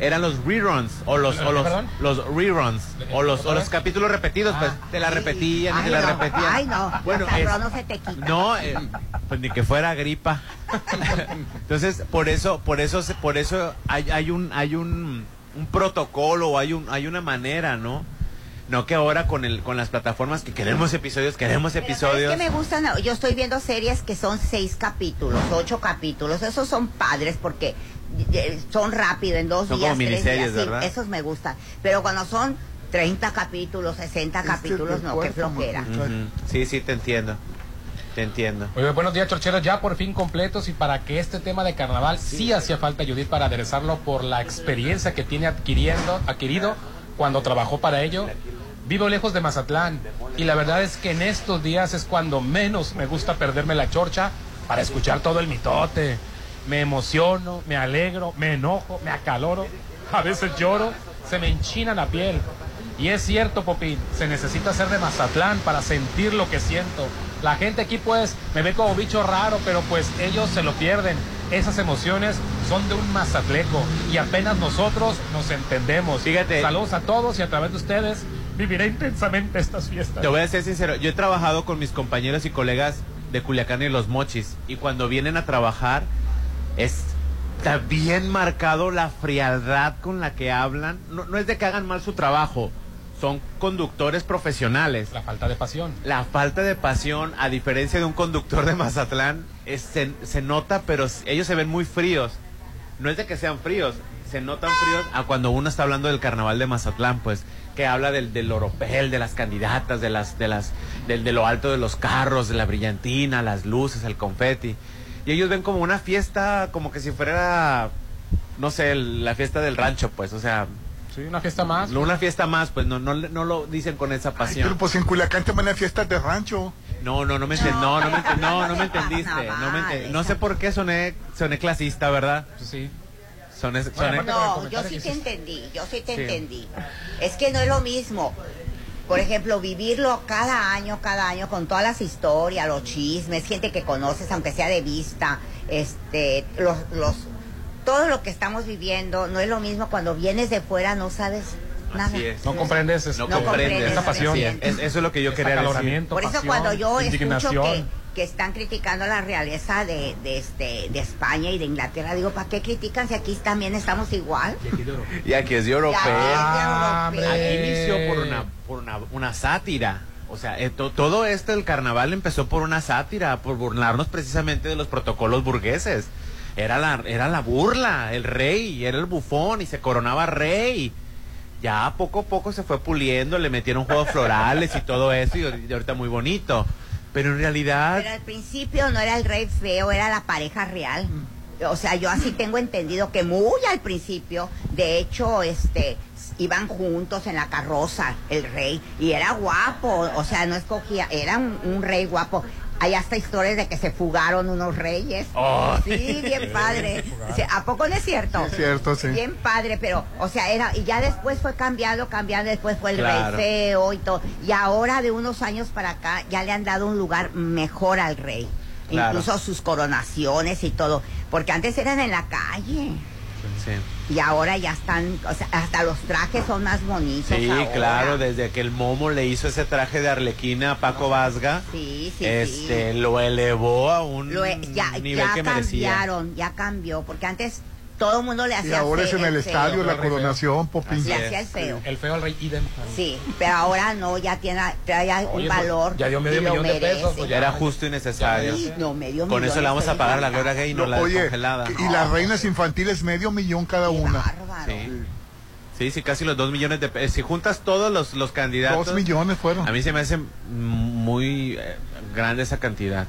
D: eran los reruns o los o los,
B: ¿Perdón?
D: los reruns o los o los capítulos repetidos pues te la repetían y te la
A: no,
D: repetían
A: Ah, Ay, no.
D: Bueno,
A: la sabrón
D: es-
A: no se te quita.
D: no, eh, pues ni que fuera gripa. Entonces, por eso, por eso, se- por eso hay, hay un, hay un, un protocolo, o hay un, hay una manera, ¿no? No que ahora con el, con las plataformas que queremos episodios, queremos
A: Es
D: episodios.
A: que me gustan, yo estoy viendo series que son seis capítulos, ocho capítulos, esos son padres porque eh, son rápido, en dos
D: Son
A: días,
D: como
A: tres
D: miniseries,
A: días, sí,
D: ¿verdad?
A: esos me gustan. Pero cuando son 30 capítulos, 60
C: Este,
A: capítulos, no, qué flojera.
C: eh,
D: Ujú. Sí, sí, te entiendo. Te entiendo.
B: Muy bien, buenos días, chorcheros. Ya por fin completos y para que este tema de carnaval sí, hacía falta Judith para aderezarlo por la experiencia que tiene adquiriendo, adquirido cuando trabajó para ello. Vivo lejos de Mazatlán y la verdad es que en estos días es cuando menos me gusta perderme la chorcha para escuchar todo el mitote. me emociono, me alegro, me enojo, me acaloro, a veces lloro, se me enchina la piel. Y es cierto, Popín, se necesita ser de Mazatlán para sentir lo que siento. La gente aquí pues me ve como bicho raro, pero pues ellos se lo pierden. Esas emociones son de un mazatleco y apenas nosotros nos entendemos. Fíjate. Saludos a todos y a través de ustedes viviré intensamente estas fiestas.
D: Te voy a ser sincero, yo he trabajado con mis compañeros y colegas de Culiacán y los Mochis y cuando vienen a trabajar está bien marcado la frialdad con la que hablan. No, no es de que hagan mal su trabajo, son conductores profesionales.
B: La falta de pasión.
D: La falta de pasión, a diferencia de un conductor de Mazatlán, es- se, se nota, pero s- ellos se ven muy fríos. No es de que sean fríos, se notan fríos a cuando uno está hablando del carnaval de Mazatlán, pues, que habla del, del oropel, de las candidatas, de las, de las, del, de lo alto de los carros, de la brillantina, las luces, el confeti. Y ellos ven como una fiesta, como que si fuera, no sé, el- la fiesta del rancho, pues, o sea,
B: Sí, una fiesta más.
D: una fiesta más, pues no, no, le- no lo dicen con esa pasión.
C: Pero pues en Culiacán te van a fiestas de rancho.
D: No, no, no me, enten- no, no me, enten- no, no me entendiste. No, me enten- no sé por qué soné, soné clasista, ¿verdad?
B: Sí.
D: Soné, soné-
A: No, yo sí te entendí, yo sí te
D: Sí.
A: entendí. Es que no es lo mismo. Por ejemplo, vivirlo cada año, cada año, con todas las historias, los chismes, gente que conoces, aunque sea de vista, este, los, los, todo lo que estamos viviendo, no es lo mismo cuando vienes de fuera, no sabes nada.
D: Así es.
B: No comprendes, este,
D: no
A: No comprendes,
D: comprendes
A: esa pasión.
D: Así es. Es- eso es lo que yo
B: Ese
D: quería decir.
B: acaloramiento,
A: Por eso cuando yo escucho que,
B: indignación.
A: que están criticando la realeza de, de, este, de España y de Inglaterra, digo, ¿para qué critican si aquí también estamos igual?
D: Y aquí es de europeo.
A: Ya es de europeo.
B: Eh.
D: Aquí inició por una, por una, una sátira. O sea, esto- todo esto del carnaval empezó por una sátira, por burlarnos precisamente de los protocolos burgueses. Era la, era la burla, el rey, era el bufón y se coronaba rey. Ya poco a poco se fue puliendo, le metieron juegos florales y todo eso y ahor- y ahorita muy bonito. Pero en realidad...
A: Pero al principio no era el rey feo, era la pareja real. O sea, yo así tengo entendido que muy al principio, de hecho, este, s- iban juntos en la carroza el rey y era guapo, o sea, no escogía, era un, un rey guapo. Hay hasta historias de que se fugaron unos reyes.
C: Ay.
A: Sí, bien padre. O sea, ¿A poco no es cierto?
C: Sí, es cierto, sí.
A: Bien padre, pero, o sea, era, y ya después fue cambiado, cambiado, después fue el
C: Claro.
A: rey feo y todo. Y ahora de unos años para acá ya le han dado un lugar mejor al rey.
D: Claro.
A: Incluso sus coronaciones y todo. Porque antes eran en la calle.
D: Sí.
A: Y ahora ya están, o sea, hasta los trajes son más bonitos.
D: Sí,
A: ahora.
D: claro, desde que el Momo le hizo ese traje de arlequina a Paco Vasga,
A: Sí, sí,
D: este,
A: sí.
D: lo elevó a un
A: Lo he- ya
D: nivel
A: ya
D: que merecía.
A: cambiaron, ya cambió. Porque antes todo el mundo le
C: Y
A: hacía
C: ahora
A: fe-
C: es en el
A: feo.
C: estadio la coronación, Popín.
A: Le hacía el feo.
B: El feo al rey Idem.
A: Sí, pero ahora no, ya tiene, trae un
D: Oye, pues,
A: valor.
D: ya dio medio
A: y lo
D: millón de
A: merece.
D: pesos, pues, ya era justo y necesario.
A: Sí, no, medio
D: Con
A: millón
D: eso le vamos a
A: está
D: pagar a
A: bien
D: la Gloria Gay y no la
C: Oye,
D: descongelada.
C: y las reinas infantiles medio millón cada una.
D: Sí. Sí, sí, casi los dos millones de pesos. Si juntas todos los, los candidatos.
C: Dos millones fueron.
D: A mí se me hace mm, muy eh, grande esa cantidad.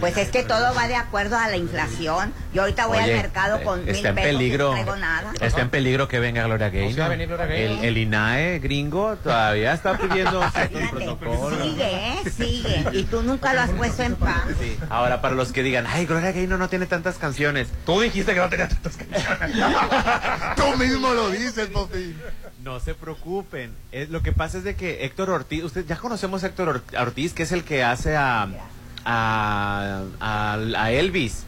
A: Pues es que todo va de acuerdo a la inflación. Yo ahorita voy
D: Oye, eh,
A: al mercado con mil
D: está en
A: pesos y
D: peligro.
A: no traigo nada.
D: Está en peligro que venga Gloria Gay.
B: sí va a venir Gloria Gaynor.
D: El, el INAE gringo todavía está pidiendo ciertos protocolos.
A: Sigue, ¿eh? Sigue. Y tú nunca lo has puesto en paz.
D: Ahora, para los que digan, ay, Gloria Gaynor no tiene tantas canciones. Tú dijiste que no tenía tantas
C: Tú mismo lo dices, Popín.
D: No se preocupen. Es, lo que pasa es de que Héctor Ortiz, usted ya conocemos a Héctor Or- a Ortiz, que es el que hace a, a, a- a Elvis.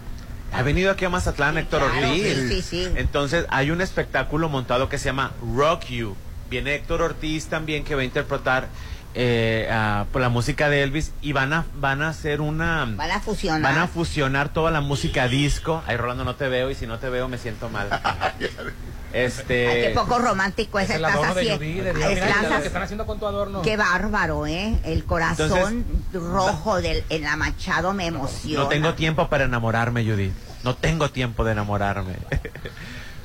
D: Ha venido aquí a Mazatlán Héctor
A: claro,
D: Ortiz.
A: sí, sí, sí.
D: Entonces hay un espectáculo montado que se llama Rock You. Viene Héctor Ortiz también que va a interpretar eh, a- por la música de Elvis y van a, van a hacer una...
A: Van a fusionar.
D: Van a fusionar toda la música disco. Ay, Rolando, no te veo y si no te veo me siento mal. Este...
A: Ay, qué poco romántico es.
D: Es el
A: Pues Estás
D: adorno de
A: haciendo.
D: Judy, de-
A: Ah,
D: mira,
A: estás
D: mira lo
B: que están haciendo con tu adorno.
A: Qué bárbaro, ¿eh? El corazón rojo del en la Machado me emociona.
D: No tengo tiempo para enamorarme, Judith. No tengo tiempo de enamorarme.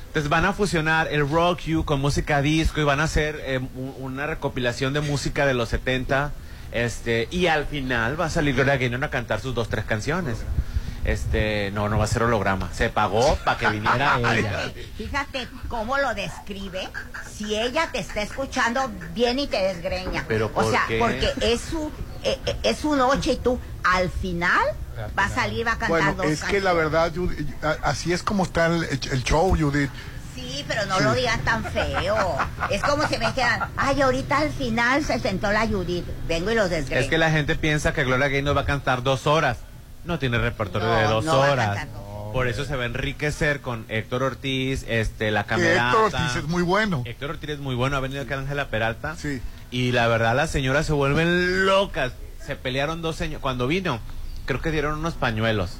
D: Entonces van a fusionar el rock you con música disco y van a hacer eh, u- una recopilación de música de los 70. Este, y al final va a salir Gloria Gaynor a cantar sus dos, tres canciones. Este, no, no va a ser holograma. Se pagó para que viniera ella.
A: Fíjate cómo lo describe. Si ella te está escuchando, viene y te desgreña.
D: Pero
A: o
D: ¿por
A: sea,
D: qué?
A: porque es un, eh, eh, es un ocho y tú al final Va a salir, va a cantar
C: Bueno,
A: dos
C: es que la verdad, Judith, a- así es como está el, el show, Judith.
A: Sí, pero no lo digas tan feo. Es como si me dijeran, ay, ahorita al final se sentó la Judith. Vengo y los desgrego.
D: Es que la gente piensa que Gloria Gaynor va a cantar dos horas. No tiene repertorio
A: No,
D: de dos
A: no va a
D: horas.
A: cantar
D: Por eso se va a enriquecer con Héctor Ortiz, este, la Eh,
C: Que
D: camerata.
C: Héctor Ortiz es muy bueno.
D: Héctor Ortiz es muy bueno, ha venido acá Ángela Peralta.
C: Sí.
D: Y la verdad, las señoras se vuelven locas. Se pelearon dos señores. Cuando vino, creo que dieron unos pañuelos.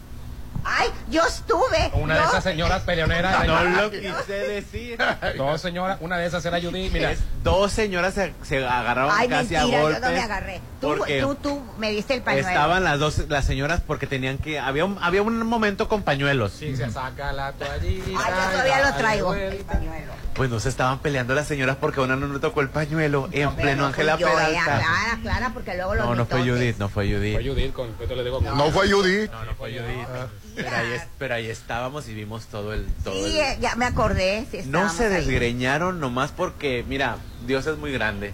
A: Ay, yo estuve.
B: Una de
A: yo-
B: esas señoras peleoneras.
D: No lo quise decir.
B: Dos señoras, una de esas era Judy, mira.
D: Dos señoras se, se agarraron
A: Ay,
D: casi
A: mentira,
D: a
A: yo
D: golpes.
A: no me agarré. Tú,
D: porque-
A: tú, tú me diste el pañuelo.
D: Estaban las dos, las señoras, porque tenían que. Había un, había un momento con pañuelos.
B: Sí, se saca la toallita.
A: Ay, yo todavía lo traigo. el pañuelo.
D: Pues no se estaban peleando las señoras porque una no le tocó el pañuelo en pleno Ángela
A: Yo, eh,
D: Peralta.
A: aclara, aclara, porque luego lo
D: No, no fue Judith, no fue Judith.
B: Fue Judith, con, yo te lo digo. con-
C: No fue Judith.
D: No, no fue Judith. Pero ahí, es- pero ahí estábamos y vimos todo el. Todo el-
A: ah. Sí, eh, ya me acordé. sí,
D: No se
A: estábamos ahí.
D: desgreñaron nomás porque, mira, Dios es muy grande.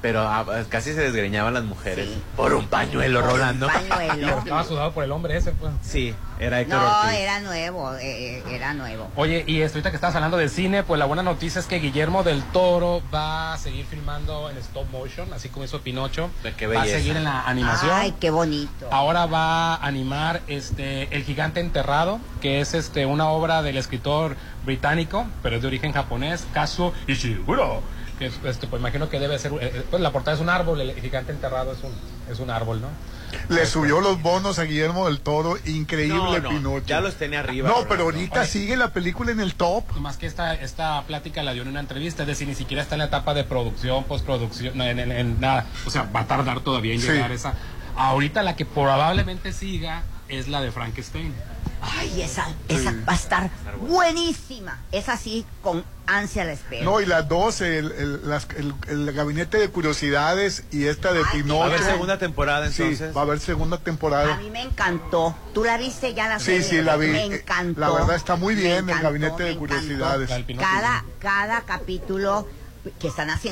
D: Pero ah, casi se desgreñaban las mujeres por un pañuelo,
A: Por un
D: Rolando.
A: pañuelo.
B: Estaba sudado por el hombre ese, pues.
D: Sí, era Héctor
A: No,
D: Ortiz.
A: era nuevo, eh, eh, era nuevo.
B: Oye, y esto, ahorita que estás hablando de cine, pues la buena noticia es que Guillermo del Toro va a seguir filmando en stop motion, así como hizo Pinocho.
D: Qué
B: va a
D: belleza.
B: seguir en la animación.
A: Ay, qué bonito.
B: Ahora va a animar este El gigante enterrado, que es este una obra del escritor británico, pero es de origen japonés, Kazuo Ishiguro. Que es, este, pues imagino que debe ser, eh, eh, pues la portada es un árbol, el gigante enterrado es un es un árbol, ¿no?
C: Le subió los bonos a Guillermo del Toro, increíble
B: No, no,
C: Pinocho.
B: ya los tenía arriba,
C: No,
B: Rolando.
C: pero ahorita
B: Oye.
C: sigue la película en el top.
B: Más que esta, esta plática la dio en una entrevista, es decir, ni siquiera está en la etapa de producción, postproducción, no, en, en- en nada. O sea, va a tardar todavía en
C: Sí.
B: llegar esa. Ahorita la que probablemente siga es la de Frankenstein.
A: Ay, esa, esa va a estar buenísima. Es así, con ansia la espera.
C: No, y las dos, el, el- las- el- el gabinete de curiosidades y esta de Pinocho.
D: Va a haber segunda temporada entonces.
C: Sí, va a haber segunda
A: A
C: temporada.
A: mí me encantó. ¿Tú la viste ya la
C: Sí,
A: serie?
C: sí, la vi.
A: Me
C: Eh,
A: encantó.
C: La verdad está muy
A: Me
C: bien el
A: encantó,
C: gabinete
A: me
C: de
A: encantó.
C: curiosidades.
A: Cada, cada capítulo que están haciendo